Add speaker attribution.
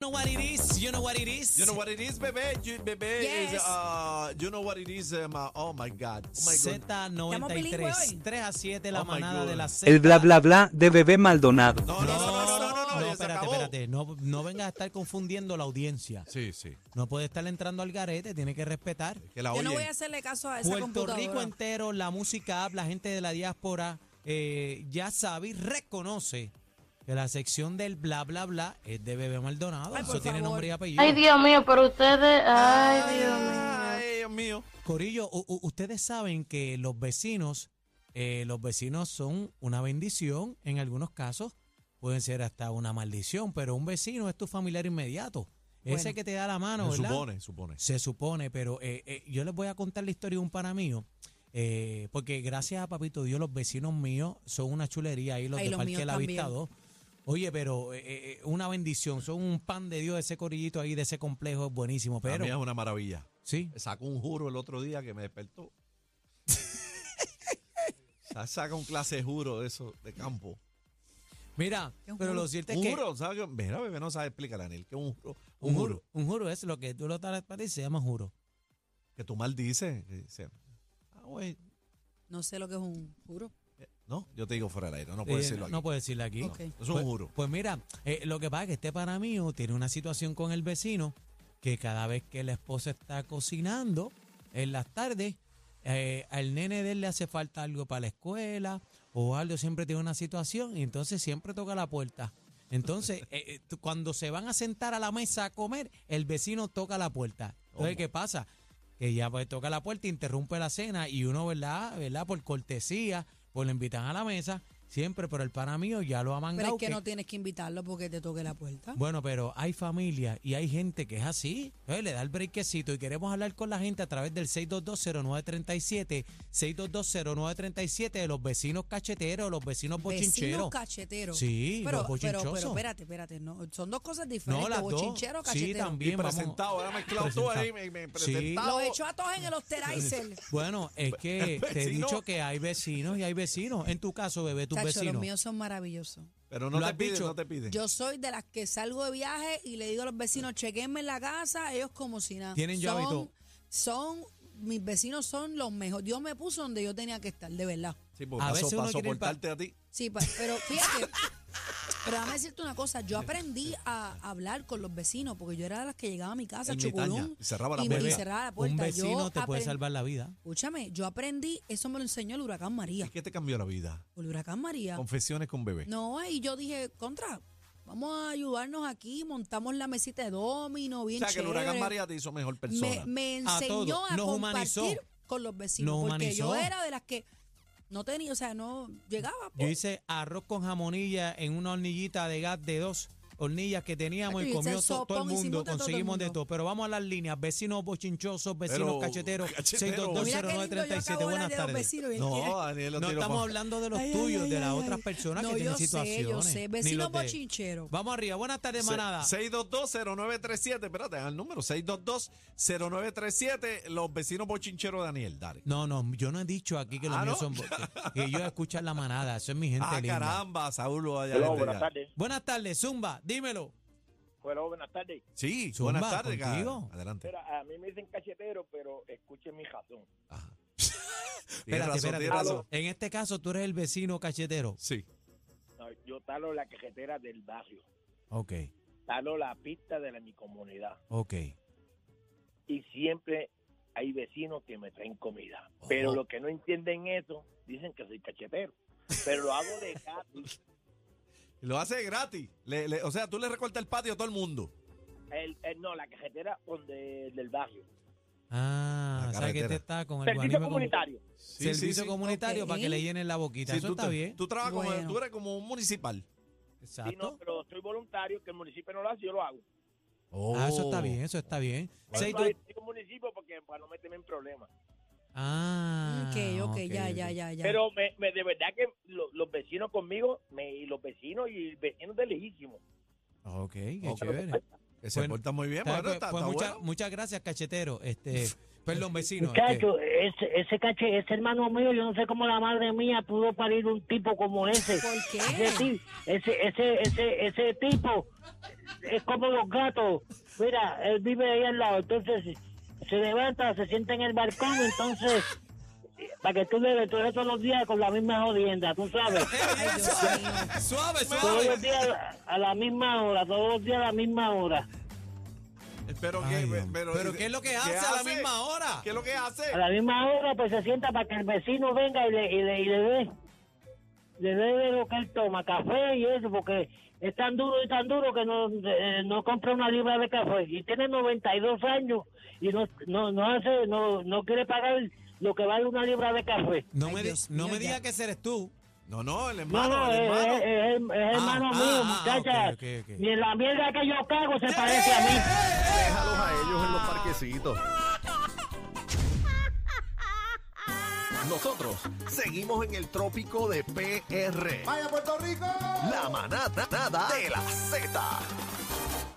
Speaker 1: know what it is. You know what it is.
Speaker 2: You know what it is, bebé. You, bebé
Speaker 3: Yes.
Speaker 2: is, uh, you know what it is, um, uh, oh my God. Oh my God.
Speaker 3: Estamos bilingües hoy.
Speaker 1: Z93, 3 a 7, la
Speaker 2: Oh my
Speaker 1: manada
Speaker 2: God.
Speaker 1: de la Z.
Speaker 4: El bla bla bla de bebé Maldonado.
Speaker 2: No, no, no, no, no, no, no, no, ya se
Speaker 1: espérate,
Speaker 2: acabó.
Speaker 1: espérate. No, no vengas a estar confundiendo la audiencia.
Speaker 2: Sí, sí.
Speaker 1: No puede estar entrando al garete, tiene que respetar.
Speaker 2: Que la
Speaker 3: Yo no
Speaker 2: oyen.
Speaker 3: voy a hacerle caso a esa
Speaker 1: Puerto
Speaker 3: computadora.
Speaker 1: Rico entero, la música app, la gente de la diáspora, eh, ya sabe y reconoce que la sección del bla, bla, bla es de Bebé Maldonado.
Speaker 3: Ay,
Speaker 1: Eso
Speaker 3: por
Speaker 1: tiene
Speaker 3: favor.
Speaker 1: nombre y apellido.
Speaker 5: Ay, Dios mío, pero ustedes. Ay, Dios mío.
Speaker 2: Ay, Dios mío.
Speaker 1: Corillo, u- u- ustedes saben que los vecinos, eh, los vecinos son una bendición en algunos casos, pueden ser hasta una maldición, pero un vecino es tu familiar inmediato, ese
Speaker 3: Bueno.
Speaker 1: que te da la mano,
Speaker 2: Se
Speaker 1: ¿verdad?
Speaker 2: supone, supone.
Speaker 1: Se supone, pero eh, eh, yo les voy a contar la historia de un pana mío, eh, porque gracias a Papito Dios, los vecinos míos son una chulería ahí, los
Speaker 3: Ay,
Speaker 1: de
Speaker 3: los
Speaker 1: Parque
Speaker 3: míos
Speaker 1: La Vista
Speaker 3: también.
Speaker 1: 2. Oye, pero eh, eh, una bendición, son un pan de Dios, ese corillito ahí, de ese complejo, es buenísimo,
Speaker 2: Pero,
Speaker 1: pero...
Speaker 2: es una maravilla.
Speaker 1: Sí.
Speaker 2: Sacó un juro el otro día que me despertó. Sa- Saca un clase de juro de eso, de campo.
Speaker 1: Mira,
Speaker 3: ¿Qué es un
Speaker 1: pero
Speaker 3: juro?
Speaker 1: lo cierto es
Speaker 2: Un
Speaker 1: que...
Speaker 2: juro, ¿sabes? qué? Mira, bebé, no sabe explicar, Anel, que un juro.
Speaker 1: Un juro. Un juro es lo que tú lo traes para ti, se llama juro.
Speaker 2: Que tú maldices. que dice, ah, güey.
Speaker 3: No sé lo que es un juro.
Speaker 2: eh, No, yo te digo fuera del aire, no puedes
Speaker 1: Eh,
Speaker 2: decirlo aquí.
Speaker 1: no puedo decirlo aquí.
Speaker 3: Ok.
Speaker 2: Eso es un
Speaker 1: Pues-
Speaker 2: juro.
Speaker 1: Pues mira, eh, lo que pasa es que este pana mío tiene una situación con el vecino que cada vez que la esposa está cocinando en las tardes, eh, al nene de él le hace falta algo para la escuela o algo, siempre tiene una situación y entonces siempre toca la puerta. Entonces, eh, eh, tú- cuando se van a sentar a la mesa a comer, el vecino toca la puerta. Entonces,
Speaker 2: ¿Cómo?
Speaker 1: ¿qué pasa? Que ya pues, toca la puerta, interrumpe la cena y uno, ¿verdad? ¿verdad? Por cortesía, pues lo invitan a la mesa, siempre, pero el pana mío ya lo ha
Speaker 3: Pero
Speaker 1: mangado.
Speaker 3: es que
Speaker 1: que-
Speaker 3: no tienes que invitarlo porque te toque la puerta.
Speaker 1: bueno, pero hay familia y hay gente que es así. Oye, le da el breakcito y queremos hablar con la gente a través del 6220937, 6220937 de los vecinos cacheteros, los vecinos
Speaker 3: Vecinos
Speaker 1: bochincheros.
Speaker 3: cacheteros.
Speaker 1: Sí,
Speaker 3: pero,
Speaker 1: los
Speaker 3: pero,
Speaker 1: bochinchosos.
Speaker 3: pero espérate, espérate. No, son dos cosas
Speaker 1: no,
Speaker 3: diferentes.
Speaker 1: las dos.
Speaker 3: bochinchero,
Speaker 1: Sí,
Speaker 3: cachetero.
Speaker 1: también.
Speaker 2: y
Speaker 1: vamos-
Speaker 2: presentado, ahora mezclado todo ahí, me, me
Speaker 1: Sí.
Speaker 2: presentado.
Speaker 3: Los echó a todos en el Osterizer.
Speaker 1: Bueno, es que te he
Speaker 2: Vecino.
Speaker 1: dicho que hay vecinos y hay vecinos. En tu caso, bebé, tus
Speaker 3: Tacho, los
Speaker 1: vecinos.
Speaker 3: míos son maravillosos.
Speaker 2: Pero no
Speaker 1: ¿Lo
Speaker 2: te
Speaker 1: has
Speaker 2: piden,
Speaker 1: dicho?
Speaker 2: no te piden.
Speaker 3: Yo soy de las que salgo de viaje y le digo a los vecinos, chequenme la casa, ellos como si nada.
Speaker 1: Tienen llave y todo.
Speaker 3: son, son, mis vecinos son los mejores. Dios me puso donde yo tenía que estar, de verdad.
Speaker 2: sí, porque
Speaker 1: A
Speaker 2: para,
Speaker 1: veces
Speaker 2: so-
Speaker 1: uno
Speaker 2: para
Speaker 1: quiere ir pa-
Speaker 2: soportarte a ti.
Speaker 3: Sí, pa- pero fíjate, pero déjame decirte una cosa, yo aprendí a hablar con los vecinos, porque yo era de las que llegaba a mi casa,
Speaker 2: El
Speaker 3: chuculum,
Speaker 2: mitaña, y cerraba la
Speaker 3: y,
Speaker 2: puerta.
Speaker 3: y cerraba la puerta.
Speaker 1: un vecino
Speaker 3: yo
Speaker 1: te puede
Speaker 3: aprend-
Speaker 1: salvar la vida.
Speaker 3: Escúchame, yo aprendí, eso me lo enseñó el huracán
Speaker 2: ¿Y
Speaker 3: María.
Speaker 2: qué te cambió la vida?
Speaker 3: El huracán María.
Speaker 2: Confesiones con bebé.
Speaker 3: No, y yo dije, contra, vamos a ayudarnos aquí, montamos la mesita de domino,
Speaker 2: o
Speaker 3: bien
Speaker 2: sea, que el
Speaker 3: chévere.
Speaker 2: huracán María te hizo mejor persona.
Speaker 3: me, me
Speaker 1: A
Speaker 3: enseñó
Speaker 1: todos,
Speaker 3: a,
Speaker 1: nos humanizó.
Speaker 3: compartir con los vecinos,
Speaker 1: Nos
Speaker 3: porque yo
Speaker 1: humanizó.
Speaker 3: era de las que no tenía, o sea, no llegaba.
Speaker 1: Yo
Speaker 3: pues.
Speaker 1: hice arroz con jamonilla en una hornillita de gas de dos hornillas que teníamos
Speaker 3: Ay,
Speaker 1: y
Speaker 3: yo hice
Speaker 1: comió to-
Speaker 3: sopón,
Speaker 1: todo el
Speaker 3: hicimos
Speaker 1: mundo,
Speaker 3: de todo el
Speaker 1: conseguimos de
Speaker 3: mundo.
Speaker 1: todo. Pero vamos a las líneas, vecinos bochinchosos, vecinos
Speaker 2: Pero,
Speaker 1: cacheteros,
Speaker 2: cachetero.
Speaker 3: Mira qué lindo, yo
Speaker 1: 6220937,
Speaker 3: acabo de hablar
Speaker 1: buenas
Speaker 3: de los
Speaker 1: tardes.
Speaker 3: vecinos. y él quiere-
Speaker 2: No, Daniel, lo
Speaker 1: No
Speaker 2: tiró
Speaker 1: estamos
Speaker 2: pa-
Speaker 1: hablando de los
Speaker 3: Ay, ay,
Speaker 1: tuyos,
Speaker 3: ay,
Speaker 1: de las
Speaker 3: ay,
Speaker 1: otras
Speaker 3: ay.
Speaker 1: personas
Speaker 3: No,
Speaker 1: que tienen
Speaker 3: yo sé, yo
Speaker 1: situaciones.
Speaker 3: sé.
Speaker 1: ni
Speaker 3: Vecino
Speaker 1: los de-
Speaker 3: bochinchero.
Speaker 1: Vamos arriba, buenas tardes,
Speaker 2: Se-
Speaker 1: manada.
Speaker 2: 6220937, espérate, al número 6220937, los vecinos bochincheros Daniel, dale.
Speaker 1: No, no, yo no he dicho aquí que los
Speaker 2: Ah,
Speaker 1: míos son...
Speaker 2: ¿no?
Speaker 1: bo- que ellos escuchan la manada, eso es mi gente
Speaker 2: Ah,
Speaker 1: linda.
Speaker 2: caramba, Saúl lo allá.
Speaker 6: Hello,
Speaker 2: desde
Speaker 6: buenas
Speaker 2: allá.
Speaker 6: tardes.
Speaker 1: Buenas tardes, Zumba, dímelo.
Speaker 6: Hello, buenas tardes.
Speaker 2: Sí,
Speaker 1: Zumba,
Speaker 2: buenas tardes, cara.
Speaker 1: contigo.
Speaker 2: Adelante.
Speaker 6: Mira, a mí me dicen cachetero, pero escuchen mi razón.
Speaker 2: Ajá. Tienes
Speaker 1: Espérate,
Speaker 2: razón,
Speaker 1: espérate.
Speaker 2: tienes razón.
Speaker 1: En este caso, tú eres el vecino cachetero.
Speaker 2: Sí.
Speaker 6: No, yo talo la cajetera del barrio,
Speaker 1: Ok,
Speaker 6: talo la pista de la, mi comunidad
Speaker 1: ok.
Speaker 6: y siempre hay vecinos que me traen comida. Pero
Speaker 1: Oh.
Speaker 6: los que no entienden eso, dicen que soy cachetero. Pero lo hago de gratis.
Speaker 2: Y Lo hace gratis. Le- le- o sea, tú le recortas el patio a todo el mundo.
Speaker 6: El, el- no, la cajetera donde, del barrio.
Speaker 1: Ah,
Speaker 2: La
Speaker 1: o sea que
Speaker 2: carretera.
Speaker 1: este está con el
Speaker 6: Servicio
Speaker 1: organismo comu-
Speaker 6: comunitario.
Speaker 2: Sí,
Speaker 1: servicio
Speaker 2: sí, sí.
Speaker 1: comunitario
Speaker 3: Ok.
Speaker 1: para que le llenen la boquita.
Speaker 2: Sí,
Speaker 1: Eso
Speaker 2: tú,
Speaker 1: está
Speaker 2: te-
Speaker 1: bien.
Speaker 2: Tú, trabajas como,
Speaker 3: Bueno.
Speaker 2: tú eres como un municipal.
Speaker 6: Sí, no,
Speaker 1: Exacto.
Speaker 6: pero soy voluntario, que el municipio no lo hace, yo lo hago.
Speaker 1: Ah, eso
Speaker 2: Oh.
Speaker 1: está bien, eso está bien.
Speaker 6: Pero
Speaker 1: Seis
Speaker 6: no
Speaker 1: dos-
Speaker 6: hay ningún municipio porque para no meterme en problemas.
Speaker 1: Ah,
Speaker 3: Ok, ok, ya,
Speaker 1: ok.
Speaker 3: ya, ya, ya.
Speaker 6: Pero me, me- de verdad que lo- los vecinos conmigo, me, y los vecinos y vecinos de lejísimo.
Speaker 1: Ok, qué
Speaker 2: Ok.
Speaker 1: chévere.
Speaker 2: Oh, Que se
Speaker 1: Bueno,
Speaker 2: porta muy bien.
Speaker 1: Está
Speaker 2: Bueno,
Speaker 1: bien,
Speaker 2: está,
Speaker 1: pues
Speaker 2: está
Speaker 1: mucha-
Speaker 2: bueno.
Speaker 1: Muchas gracias, cachetero. Este, perdón, vecino. este,
Speaker 7: Muchacho, ese, ese caché, ese hermano mío, yo no sé cómo la madre mía pudo parir un tipo como ese.
Speaker 3: ¿Por qué?
Speaker 7: Ese, ti- ese, ese, ese, ese tipo es como los gatos. Mira, él vive ahí al lado, entonces se levanta, se sienta en el balcón, entonces, para que tú le veas todos los días con la misma jodienda, tú sabes.
Speaker 1: este.
Speaker 2: Suave,
Speaker 7: Todos
Speaker 2: suave.
Speaker 7: los días a la misma hora, todos los días a la misma hora.
Speaker 2: Pero,
Speaker 1: Ay,
Speaker 2: que,
Speaker 1: Dios.
Speaker 2: pero,
Speaker 1: Pero ¿qué es lo que hace a la misma hora?
Speaker 2: ¿Qué es lo que hace?
Speaker 7: A la misma hora, pues se sienta para que el vecino venga y le, y le, y le dé le dé de lo que él toma, café y eso, porque es tan duro y tan duro que no, eh, no compra una libra de café. Y tiene 92 años y no, no, no hace, no, no quiere pagar lo que vale una libra de café.
Speaker 1: No
Speaker 3: Ay,
Speaker 1: me, di-
Speaker 3: Dios
Speaker 1: no
Speaker 3: mío,
Speaker 1: me
Speaker 3: ya.
Speaker 1: digas que ese eres tú.
Speaker 2: No, no, el
Speaker 7: No,
Speaker 2: hermano, el
Speaker 7: no, es,
Speaker 2: hermano.
Speaker 7: es- es- es hermano
Speaker 1: ah,
Speaker 7: mío,
Speaker 1: ah,
Speaker 7: muchacha.
Speaker 1: ok, ok, ok. ¡Eh!
Speaker 7: Ni en la mierda que yo cago se parece a mí.
Speaker 8: Déjalos a ellos en los parquecitos. Nosotros seguimos en el trópico de PR. ¡Vaya Puerto Rico! La manada nada de la Z.